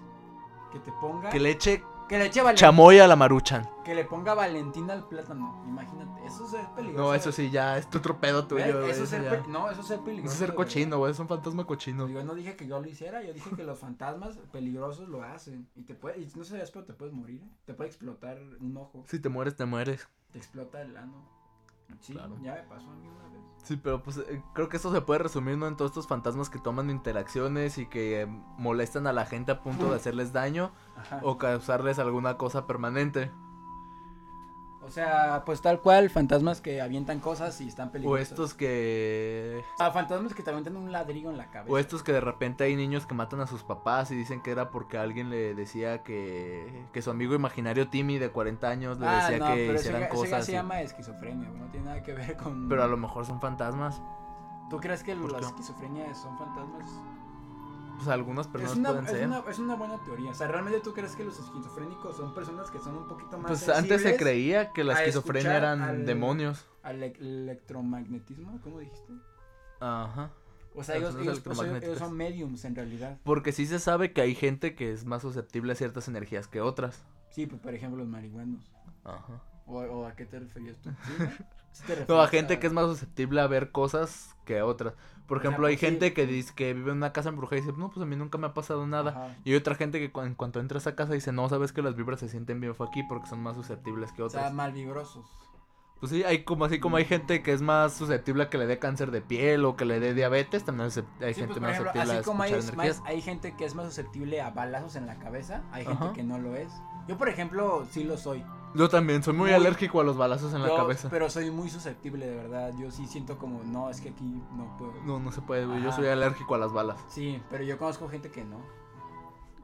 [SPEAKER 1] Que te ponga...
[SPEAKER 2] Que le eche
[SPEAKER 1] que le eche valen-
[SPEAKER 2] chamoy a la maruchan.
[SPEAKER 1] Que le ponga Valentina al plátano, imagínate. Eso es ser peligroso.
[SPEAKER 2] No, eso sí, ya, es tu otro pedo
[SPEAKER 1] ¿Ves?
[SPEAKER 2] tuyo. güey,
[SPEAKER 1] Eso es ser
[SPEAKER 2] ya.
[SPEAKER 1] pe- No, eso es ser peligroso.
[SPEAKER 2] Eso es ser
[SPEAKER 1] de
[SPEAKER 2] cochino, güey, es un fantasma
[SPEAKER 1] verdad.
[SPEAKER 2] cochino.
[SPEAKER 1] Yo no dije que yo lo hiciera, yo dije que los fantasmas peligrosos lo hacen. Y te puede, y no sabías, pero te puedes morir. ¿eh? Te puede explotar un ojo,
[SPEAKER 2] Si te mueres, te mueres.
[SPEAKER 1] te explota el ano. Sí,
[SPEAKER 2] Claro.
[SPEAKER 1] ya me pasó a mí una vez.
[SPEAKER 2] Sí, pero pues eh, creo que esto se puede resumir, ¿no? En todos estos fantasmas que toman interacciones y que eh, molestan a la gente a punto de hacerles daño
[SPEAKER 1] Ajá.
[SPEAKER 2] o causarles alguna cosa permanente.
[SPEAKER 1] O sea, pues tal cual, fantasmas que avientan cosas y están
[SPEAKER 2] O
[SPEAKER 1] peligrosos.
[SPEAKER 2] estos que
[SPEAKER 1] Ah, fantasmas que te avientan un ladrillo en la cabeza.
[SPEAKER 2] O estos que de repente hay niños que matan a sus papás y dicen que era porque alguien le decía que, que su amigo imaginario Timmy de 40 años le
[SPEAKER 1] Ah,
[SPEAKER 2] decía
[SPEAKER 1] no,
[SPEAKER 2] que
[SPEAKER 1] pero eso
[SPEAKER 2] hicieran
[SPEAKER 1] ya- eso ya
[SPEAKER 2] cosas.
[SPEAKER 1] se
[SPEAKER 2] y-
[SPEAKER 1] llama esquizofrenia, güey, no tiene nada que ver con...
[SPEAKER 2] Pero a lo mejor son fantasmas.
[SPEAKER 1] ¿Tú crees que
[SPEAKER 2] ¿Por
[SPEAKER 1] las
[SPEAKER 2] qué?
[SPEAKER 1] esquizofrenias son fantasmas?
[SPEAKER 2] O sea, algunas
[SPEAKER 1] Es
[SPEAKER 2] personas
[SPEAKER 1] una,
[SPEAKER 2] pueden
[SPEAKER 1] es
[SPEAKER 2] ser.
[SPEAKER 1] una- es una buena teoría. O sea, ¿realmente tú crees que los esquizofrénicos son personas que son un poquito más
[SPEAKER 2] Pues antes se
[SPEAKER 1] sensibles
[SPEAKER 2] creía que la
[SPEAKER 1] a
[SPEAKER 2] esquizofrenia
[SPEAKER 1] escuchar
[SPEAKER 2] eran
[SPEAKER 1] al-
[SPEAKER 2] demonios.
[SPEAKER 1] al e- electromagnetismo? ¿Cómo dijiste?
[SPEAKER 2] Ajá.
[SPEAKER 1] O sea, ellos, ellos- o
[SPEAKER 2] Personas
[SPEAKER 1] sea, ellos
[SPEAKER 2] electromagnéticas.
[SPEAKER 1] son mediums en realidad.
[SPEAKER 2] Porque sí se sabe que hay gente que es más susceptible a ciertas energías que otras.
[SPEAKER 1] Sí, pues por ejemplo los marihuanos.
[SPEAKER 2] Ajá.
[SPEAKER 1] ¿O, o a qué te referías tú? ¿Sí, no? ¿Sí
[SPEAKER 2] <laughs>
[SPEAKER 1] te
[SPEAKER 2] No, a
[SPEAKER 1] refieres
[SPEAKER 2] gente que es más susceptible a ver cosas que a otras. Por
[SPEAKER 1] O sea,
[SPEAKER 2] ejemplo, hay
[SPEAKER 1] pues sí,
[SPEAKER 2] gente que
[SPEAKER 1] sí.
[SPEAKER 2] dice que vive en una casa embrujada y dice, no, pues a mí nunca me ha pasado nada.
[SPEAKER 1] Ajá.
[SPEAKER 2] Y hay otra gente que cu- en cuanto entra a esa casa dice, no, sabes que las vibras se sienten bien fue aquí porque son más susceptibles que
[SPEAKER 1] O sea,
[SPEAKER 2] otras.
[SPEAKER 1] malvibrosos.
[SPEAKER 2] Pues sí, hay como así como hay gente que es más susceptible a que le dé cáncer de piel o que le dé diabetes, también se- hay
[SPEAKER 1] Sí,
[SPEAKER 2] gente
[SPEAKER 1] pues, por
[SPEAKER 2] más
[SPEAKER 1] ejemplo,
[SPEAKER 2] susceptible a
[SPEAKER 1] así como
[SPEAKER 2] escuchar
[SPEAKER 1] hay,
[SPEAKER 2] energías.
[SPEAKER 1] más- hay gente que es más susceptible a balazos en la cabeza, hay gente
[SPEAKER 2] Ajá.
[SPEAKER 1] que no lo es. Yo, por ejemplo, sí lo soy.
[SPEAKER 2] Yo también soy muy,
[SPEAKER 1] Muy-
[SPEAKER 2] alérgico a los balazos en la
[SPEAKER 1] Yo-
[SPEAKER 2] cabeza.
[SPEAKER 1] Pero soy muy susceptible, de verdad. Yo sí siento como, no, es que aquí no puedo.
[SPEAKER 2] No, no se puede, güey, yo
[SPEAKER 1] Ajá.
[SPEAKER 2] soy alérgico a las balas,
[SPEAKER 1] Sí, pero yo conozco gente que no.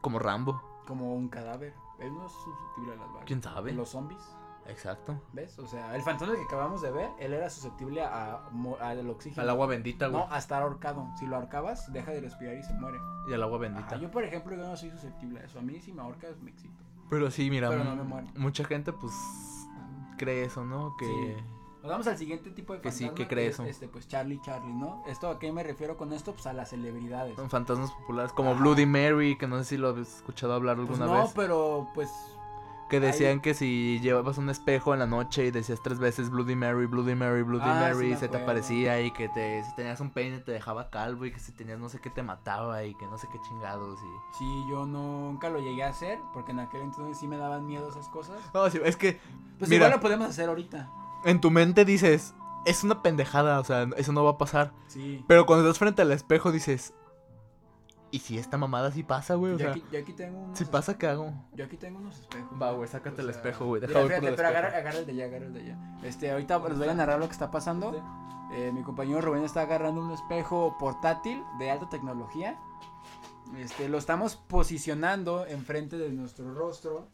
[SPEAKER 2] como Rambo,
[SPEAKER 1] Como un cadáver. Él no es susceptible a las balas.
[SPEAKER 2] quién sabe.
[SPEAKER 1] Los zombies.
[SPEAKER 2] Exacto.
[SPEAKER 1] ¿Ves? O sea, el fantasma que acabamos de ver, él era susceptible a, mo- al oxígeno.
[SPEAKER 2] Al agua bendita, güey.
[SPEAKER 1] No, a estar ahorcado. Si lo ahorcabas, deja de respirar y se muere.
[SPEAKER 2] Y al agua
[SPEAKER 1] Ajá,
[SPEAKER 2] bendita.
[SPEAKER 1] yo, por ejemplo, yo no soy susceptible a eso. A mí, si me ahorcas, me excito.
[SPEAKER 2] Pero sí, mira,
[SPEAKER 1] Pero
[SPEAKER 2] mu-
[SPEAKER 1] no me muero.
[SPEAKER 2] mucha gente pues cree eso, ¿no? Que
[SPEAKER 1] Sí. Nos vamos al siguiente tipo de
[SPEAKER 2] Que sí,
[SPEAKER 1] fantasma,
[SPEAKER 2] ¿qué crees,
[SPEAKER 1] es,
[SPEAKER 2] hombre?
[SPEAKER 1] Este, pues Charlie Charlie, ¿no? ¿Esto a qué me refiero con esto? Pues a las celebridades.
[SPEAKER 2] son fantasmas populares como
[SPEAKER 1] Ajá.
[SPEAKER 2] Bloody Mary, que no sé si lo habéis escuchado hablar
[SPEAKER 1] Pues
[SPEAKER 2] alguna
[SPEAKER 1] no,
[SPEAKER 2] vez,
[SPEAKER 1] pero pues.
[SPEAKER 2] que decían
[SPEAKER 1] ahí-
[SPEAKER 2] que si llevabas un espejo en la noche y decías tres veces Bloody Mary, Bloody Mary, Bloody
[SPEAKER 1] Ah, sí
[SPEAKER 2] Mary,
[SPEAKER 1] me
[SPEAKER 2] se te
[SPEAKER 1] acuerdo.
[SPEAKER 2] aparecía y que te si tenías un peine te dejaba calvo y que si tenías no sé qué te mataba y que no sé qué chingados y
[SPEAKER 1] Sí, yo nunca lo llegué a hacer, porque en aquel entonces sí me daban miedo esas cosas.
[SPEAKER 2] No, sí, es que
[SPEAKER 1] Pues
[SPEAKER 2] Mira.
[SPEAKER 1] igual lo podemos hacer ahorita.
[SPEAKER 2] en tu mente dices, es una pendejada, o sea, eso no va a pasar,
[SPEAKER 1] Sí.
[SPEAKER 2] pero cuando estás frente al espejo dices, ¿y si esta mamada sí pasa, güey? O
[SPEAKER 1] yo,
[SPEAKER 2] sea,
[SPEAKER 1] aquí, yo aquí tengo unos.
[SPEAKER 2] Si pasa, ¿qué hago?
[SPEAKER 1] Yo aquí tengo unos espejos.
[SPEAKER 2] Va, güey, sácate el espejo, güey, deja
[SPEAKER 1] Mira,
[SPEAKER 2] voy por
[SPEAKER 1] fíjate,
[SPEAKER 2] el
[SPEAKER 1] pero
[SPEAKER 2] espejo.
[SPEAKER 1] agarra, agarra el de allá, agarra el de allá. Este, ahorita les voy a narrar lo que está pasando. Eh, mi compañero Rubén está agarrando un espejo portátil de alta tecnología. Este, lo estamos posicionando enfrente de nuestro rostro.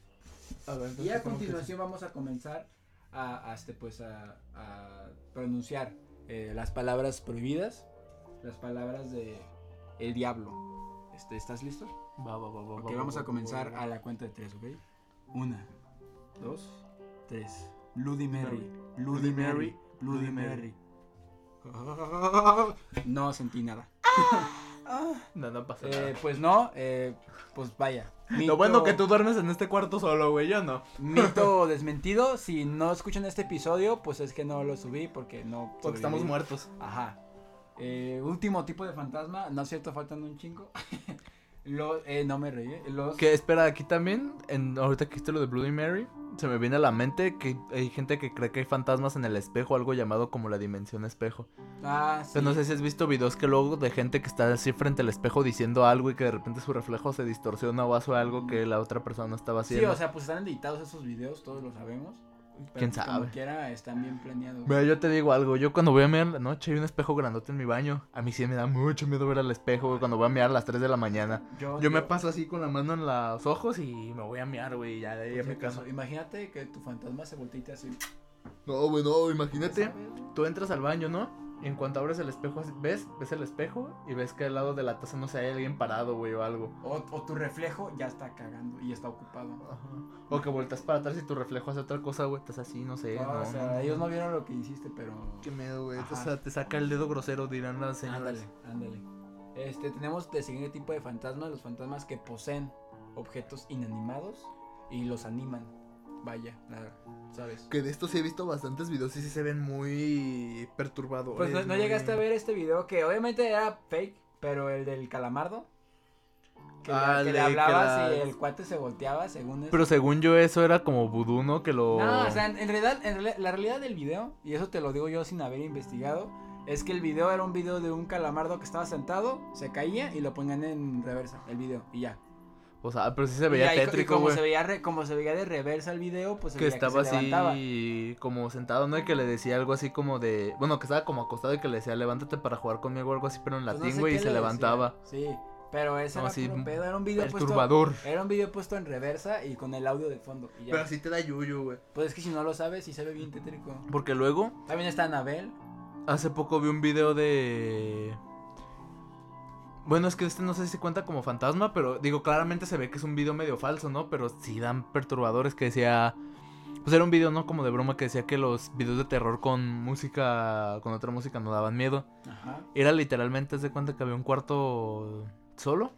[SPEAKER 1] Y a continuación vamos a comenzar a, a, este, pues, a, a pronunciar eh, las palabras prohibidas, las palabras de el diablo. Este, ¿Estás listo?
[SPEAKER 2] Va, va, va, va,
[SPEAKER 1] Ok,
[SPEAKER 2] va,
[SPEAKER 1] vamos
[SPEAKER 2] va,
[SPEAKER 1] a
[SPEAKER 2] va,
[SPEAKER 1] comenzar
[SPEAKER 2] va, va.
[SPEAKER 1] a la cuenta de tres, ¿ok? Una, dos, tres. Bloody Mary, Bloody Mary, Bloody Mary. <laughs> No sentí nada.
[SPEAKER 2] No, no pasa
[SPEAKER 1] Eh,
[SPEAKER 2] nada.
[SPEAKER 1] pues no, eh, pues vaya.
[SPEAKER 2] Lo bueno
[SPEAKER 1] Mito-
[SPEAKER 2] que tú duermes en este cuarto solo, güey, yo no. <laughs>
[SPEAKER 1] Mito desmentido, si no escuchan este episodio, pues es que no lo subí porque no...
[SPEAKER 2] Porque estamos
[SPEAKER 1] sobreviví.
[SPEAKER 2] muertos.
[SPEAKER 1] Ajá. Eh, último tipo de fantasma, no es cierto, faltan un chingo. <laughs> Los, eh, no me reí. eh. Los...
[SPEAKER 2] Que espera, aquí también, en, ahorita que hiciste lo de Bloody Mary, se me viene a la mente que hay gente que cree que hay fantasmas en el espejo, algo llamado como la dimensión espejo.
[SPEAKER 1] Ah, sí.
[SPEAKER 2] Pero Pues no sé si has visto videos que luego de gente que está así frente al espejo diciendo algo y que de repente su reflejo se distorsiona o hace algo que la otra persona estaba
[SPEAKER 1] Sí,
[SPEAKER 2] haciendo.
[SPEAKER 1] o sea, pues están editados esos videos, todos lo sabemos. pero
[SPEAKER 2] ¿Quién
[SPEAKER 1] pues
[SPEAKER 2] sabe?
[SPEAKER 1] Como quiera, están bien planeados.
[SPEAKER 2] Mira, yo te digo algo, yo cuando voy a mear en la noche hay un espejo grandote en mi baño. A mí sí me da mucho miedo ver al espejo, güey, cuando voy a mear a las 3 de la mañana. Yo me paso así con la mano en los ojos y me voy a mear, güey, Pues ya de
[SPEAKER 1] por
[SPEAKER 2] ahí a
[SPEAKER 1] si
[SPEAKER 2] mi
[SPEAKER 1] acaso,
[SPEAKER 2] casa.
[SPEAKER 1] Imagínate que tu fantasma se voltea y te hace.
[SPEAKER 2] No, güey, no,
[SPEAKER 1] ¿sabes?
[SPEAKER 2] imagínate. Tú entras al baño, ¿no? Y en cuanto abres el espejo, así- ves, ves el espejo y ves que al lado de la taza no sé, hay alguien parado, güey, o algo.
[SPEAKER 1] O, o tu reflejo ya está cagando y está ocupado.
[SPEAKER 2] O que volteas para atrás y tu reflejo hace otra cosa, güey, estás así, no sé.
[SPEAKER 1] Ah,
[SPEAKER 2] no,
[SPEAKER 1] o sea,
[SPEAKER 2] no, no.
[SPEAKER 1] ellos no vieron lo que hiciste, pero.
[SPEAKER 2] Qué miedo, güey.
[SPEAKER 1] Ajá.
[SPEAKER 2] O sea, te saca el dedo grosero, dirán las señoras.
[SPEAKER 1] Ándale, ándale. Este, tenemos el siguiente tipo de fantasmas: los fantasmas que poseen objetos inanimados y los animan. Vaya, la- ¿sabes?
[SPEAKER 2] Que de esto sí he visto bastantes videos y sí se ven muy perturbadores.
[SPEAKER 1] Pues no, no
[SPEAKER 2] muy-
[SPEAKER 1] llegaste a ver este video que obviamente era fake, pero el del calamardo. Que, le-
[SPEAKER 2] Ah,
[SPEAKER 1] que le,
[SPEAKER 2] le- que
[SPEAKER 1] hablabas
[SPEAKER 2] la-
[SPEAKER 1] y el cuate se volteaba según eso.
[SPEAKER 2] Pero según yo eso era como vudú, ¿no? Que lo...
[SPEAKER 1] No, o sea, en, en realidad, en realidad- la realidad del video, y eso te lo digo yo sin haber investigado, es que el video era un video de un calamardo que estaba sentado, se caía y lo ponían en reversa, el video, y ya.
[SPEAKER 2] O sea, pero sí se
[SPEAKER 1] Y
[SPEAKER 2] veía
[SPEAKER 1] ahí co- y
[SPEAKER 2] tétrico,
[SPEAKER 1] como
[SPEAKER 2] güey.
[SPEAKER 1] se veía re- como se veía de reversa el video, pues se
[SPEAKER 2] Que
[SPEAKER 1] veía
[SPEAKER 2] estaba
[SPEAKER 1] que se levantaba.
[SPEAKER 2] así como sentado, ¿no? Y que le decía algo así como de... Bueno, que estaba como acostado y que le decía, levántate para jugar conmigo o algo así, pero en
[SPEAKER 1] Pues no
[SPEAKER 2] latín,
[SPEAKER 1] sé qué
[SPEAKER 2] güey, y
[SPEAKER 1] le
[SPEAKER 2] se
[SPEAKER 1] decía.
[SPEAKER 2] levantaba.
[SPEAKER 1] Sí, pero ese
[SPEAKER 2] No,
[SPEAKER 1] era
[SPEAKER 2] sí,
[SPEAKER 1] puro pedo, era un video puesto
[SPEAKER 2] Perturbador.
[SPEAKER 1] Era un video puesto en reversa y con el audio de fondo. y ya.
[SPEAKER 2] sí te da yuyo, güey.
[SPEAKER 1] Pues es que si no lo sabes, sí se ve bien tétrico.
[SPEAKER 2] Porque luego,
[SPEAKER 1] También está Anabel.
[SPEAKER 2] hace poco vi un video de... Bueno, es que este no sé si cuenta como fantasma, pero digo, claramente se ve que es un video medio falso, ¿no? Pero sí dan perturbadores que decía... Pues era un video, ¿no? Como de broma que decía que los videos de terror con música, con otra música no daban miedo.
[SPEAKER 1] Ajá.
[SPEAKER 2] Era literalmente, haz de cuenta que había un cuarto solo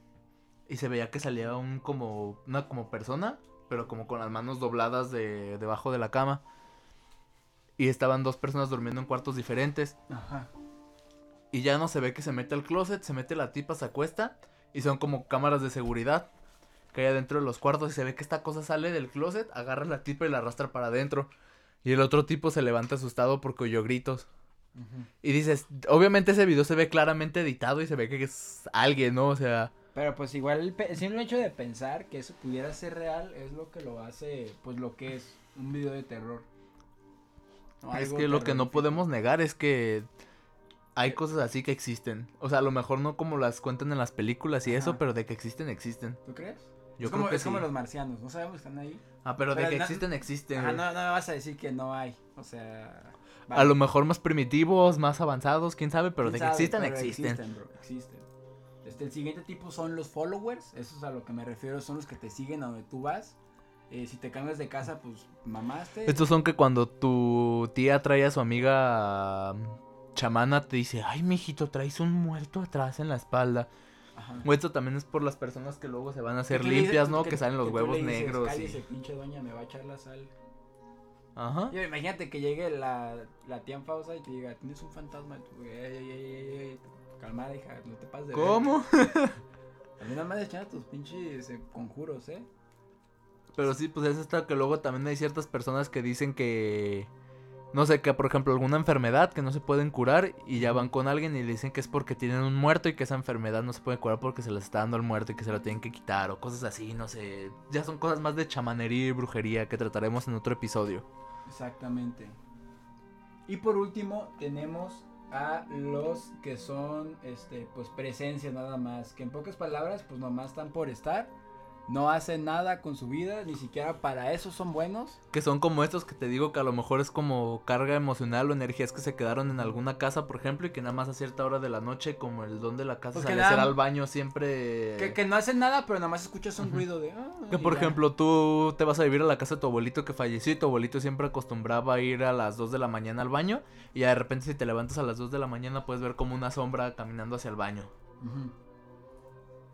[SPEAKER 2] y se veía que salía un como, una como persona, pero como con las manos dobladas de, debajo de la cama. Y estaban dos personas durmiendo en cuartos diferentes.
[SPEAKER 1] Ajá.
[SPEAKER 2] Y ya no se ve que se mete al closet, se mete la tipa, se acuesta. Y son como cámaras de seguridad que hay adentro de los cuartos. Y se ve que esta cosa sale del closet, agarra a la tipa y la arrastra para adentro. Y el otro tipo se levanta asustado porque oyó gritos.
[SPEAKER 1] ujú.
[SPEAKER 2] Y dices, obviamente ese video se ve claramente editado y se ve que es alguien, ¿no? O sea,
[SPEAKER 1] Pero pues igual el, pe- el simple hecho de pensar que eso pudiera ser real es lo que lo hace, pues lo que es un video de terror. O
[SPEAKER 2] es
[SPEAKER 1] algo
[SPEAKER 2] que lo que no
[SPEAKER 1] terrorífico. Eh.
[SPEAKER 2] podemos negar es que hay cosas así que existen. O sea, a lo mejor no como las cuentan en las películas y eso,
[SPEAKER 1] Ajá.
[SPEAKER 2] pero de que existen, existen.
[SPEAKER 1] ¿Tú crees?
[SPEAKER 2] Yo
[SPEAKER 1] es como,
[SPEAKER 2] creo que
[SPEAKER 1] es como
[SPEAKER 2] sí.
[SPEAKER 1] los marcianos, no sabemos que están ahí.
[SPEAKER 2] Ah, pero,
[SPEAKER 1] pero
[SPEAKER 2] de que
[SPEAKER 1] na-
[SPEAKER 2] existen, existen.
[SPEAKER 1] Ajá,
[SPEAKER 2] güey.
[SPEAKER 1] no, no me vas a decir que no hay. O sea.
[SPEAKER 2] Este, A lo mejor más primitivos, más avanzados, quién sabe, pero de que existen, existen.
[SPEAKER 1] Existen, bro, existen. Este, el siguiente tipo son los followers. Eso es a lo que me refiero. Son los que te siguen a donde tú vas. Eh, si te cambias de casa, pues mamaste.
[SPEAKER 2] Estos son que cuando tu tía trae a su amiga mm, chamana te dice, ay, mijito, traes un muerto atrás en la espalda.
[SPEAKER 1] Ajá.
[SPEAKER 2] O Esto también es por las personas que luego se van a hacer
[SPEAKER 1] Que tú le dices-
[SPEAKER 2] limpias, ¿no? Que,
[SPEAKER 1] tú-
[SPEAKER 2] salen los
[SPEAKER 1] que tú
[SPEAKER 2] huevos
[SPEAKER 1] le dices,
[SPEAKER 2] negros. y-
[SPEAKER 1] Cállese, pinche doña, me va a echar la sal.
[SPEAKER 2] Ajá.
[SPEAKER 1] Y imagínate que llegue la, la tía Fausa y te diga, tienes un fantasma. y tú, "Ey, ey, ey, ey, ey, Calmada, hija, no te pases de verga".
[SPEAKER 2] ¿Cómo? <laughs>
[SPEAKER 1] A mí nada más echan a tus pinches eh, conjuros, ¿eh?
[SPEAKER 2] Pero sí, pues es esta que luego también hay ciertas personas que dicen que. No sé, que por ejemplo alguna enfermedad que no se pueden curar y ya van con alguien y le dicen que es porque tienen un muerto y que esa enfermedad no se puede curar porque se la está dando el muerto y que se la tienen que quitar o cosas así, no sé. Ya son cosas más de chamanería y brujería que trataremos en otro episodio.
[SPEAKER 1] Exactamente. Y por último, tenemos a los que son, este, pues presencia nada más. Que en pocas palabras, pues nomás están por estar. No hacen nada con su vida, ni siquiera para eso son buenos.
[SPEAKER 2] Que son como estos que te digo que a lo mejor es como carga emocional o energías que se quedaron en alguna casa, por ejemplo, y que nada más a cierta hora de la noche, como el don de la casa,
[SPEAKER 1] Pues que
[SPEAKER 2] sale a
[SPEAKER 1] nada-
[SPEAKER 2] hacer al baño siempre.
[SPEAKER 1] Que, que no hacen nada, pero nomás escuchas un
[SPEAKER 2] Eh. Ujú.
[SPEAKER 1] ruido de. "Ah",
[SPEAKER 2] Que
[SPEAKER 1] y
[SPEAKER 2] por
[SPEAKER 1] ya.
[SPEAKER 2] ejemplo tú te vas a vivir a la casa de tu abuelito que falleció y tu abuelito siempre acostumbraba a ir a las 2 de la mañana al baño y ya de repente si te levantas a las 2 de la mañana puedes ver como una sombra caminando hacia el baño.
[SPEAKER 1] Ujú.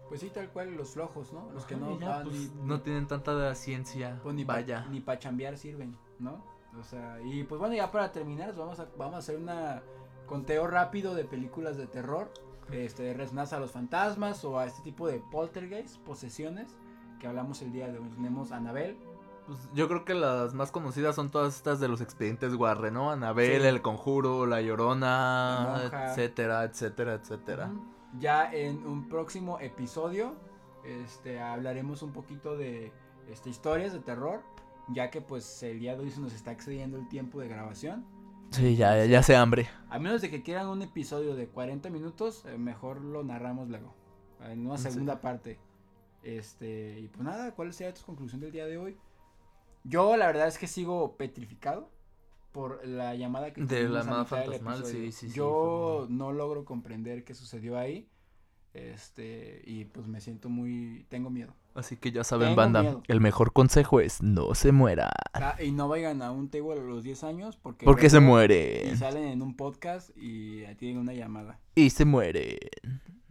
[SPEAKER 1] Pues sí, tal cual, los flojos, ¿no? Los que
[SPEAKER 2] Ajá,
[SPEAKER 1] no
[SPEAKER 2] y ya,
[SPEAKER 1] van
[SPEAKER 2] pues,
[SPEAKER 1] ni-
[SPEAKER 2] no tienen tanta ciencia.
[SPEAKER 1] Pues ni
[SPEAKER 2] Vaya.
[SPEAKER 1] para ni pa chambear sirven, ¿no? O sea, y pues bueno, ya para terminar, vamos a, vamos a hacer una conteo rápido de películas de terror, este, de resonancia a los fantasmas o a este tipo de poltergeist, posesiones, que hablamos el día de hoy. Tenemos Anabel,
[SPEAKER 2] Pues, yo creo que las más conocidas son todas estas de los expedientes Warren, ¿no? Anabel,
[SPEAKER 1] Sí.
[SPEAKER 2] El Conjuro, La
[SPEAKER 1] La
[SPEAKER 2] Llorona,
[SPEAKER 1] Monja.
[SPEAKER 2] etcétera, etcétera, etcétera.
[SPEAKER 1] ya en un próximo episodio, este, hablaremos un poquito de este, historias de terror, ya que pues el día de hoy se nos está excediendo el tiempo de grabación.
[SPEAKER 2] Sí, ya, ya se hambre.
[SPEAKER 1] A menos de que quieran un episodio de 40 minutos, eh, mejor lo narramos luego. En una
[SPEAKER 2] Sí.
[SPEAKER 1] segunda parte. Este, y pues nada, ¿cuál sería tu conclusión del día de hoy? Yo la verdad es que sigo petrificado por la llamada que
[SPEAKER 2] De
[SPEAKER 1] tuvimos
[SPEAKER 2] la
[SPEAKER 1] a
[SPEAKER 2] llamada
[SPEAKER 1] mitad del
[SPEAKER 2] fantasmal, sí,
[SPEAKER 1] episodio.
[SPEAKER 2] sí, sí,
[SPEAKER 1] Yo
[SPEAKER 2] fue
[SPEAKER 1] no logro comprender qué sucedió ahí. Este, y pues me siento muy tengo miedo.
[SPEAKER 2] Así que ya saben,
[SPEAKER 1] Tengo
[SPEAKER 2] banda,
[SPEAKER 1] miedo.
[SPEAKER 2] el mejor consejo es no se muera.
[SPEAKER 1] Ah, y no vayan a un table a los 10 años porque
[SPEAKER 2] Porque se
[SPEAKER 1] luego
[SPEAKER 2] muere.
[SPEAKER 1] y salen en un podcast y tienen una llamada.
[SPEAKER 2] y se muere.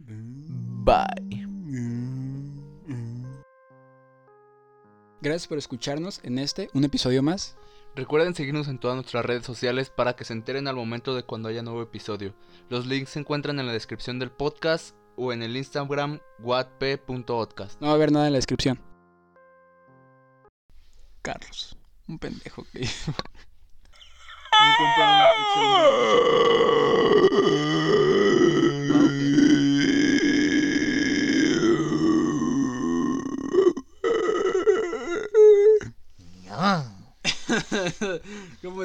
[SPEAKER 2] Bye.
[SPEAKER 1] Gracias por escucharnos en este, un episodio más.
[SPEAKER 2] Recuerden seguirnos en todas nuestras redes sociales para que se enteren al momento de cuando haya nuevo episodio. Los links se encuentran en la descripción del podcast o en el Instagram whatp.podcast.
[SPEAKER 1] No va a haber nada en la descripción. Carlos, un pendejo que... <laughs> ¿Cómo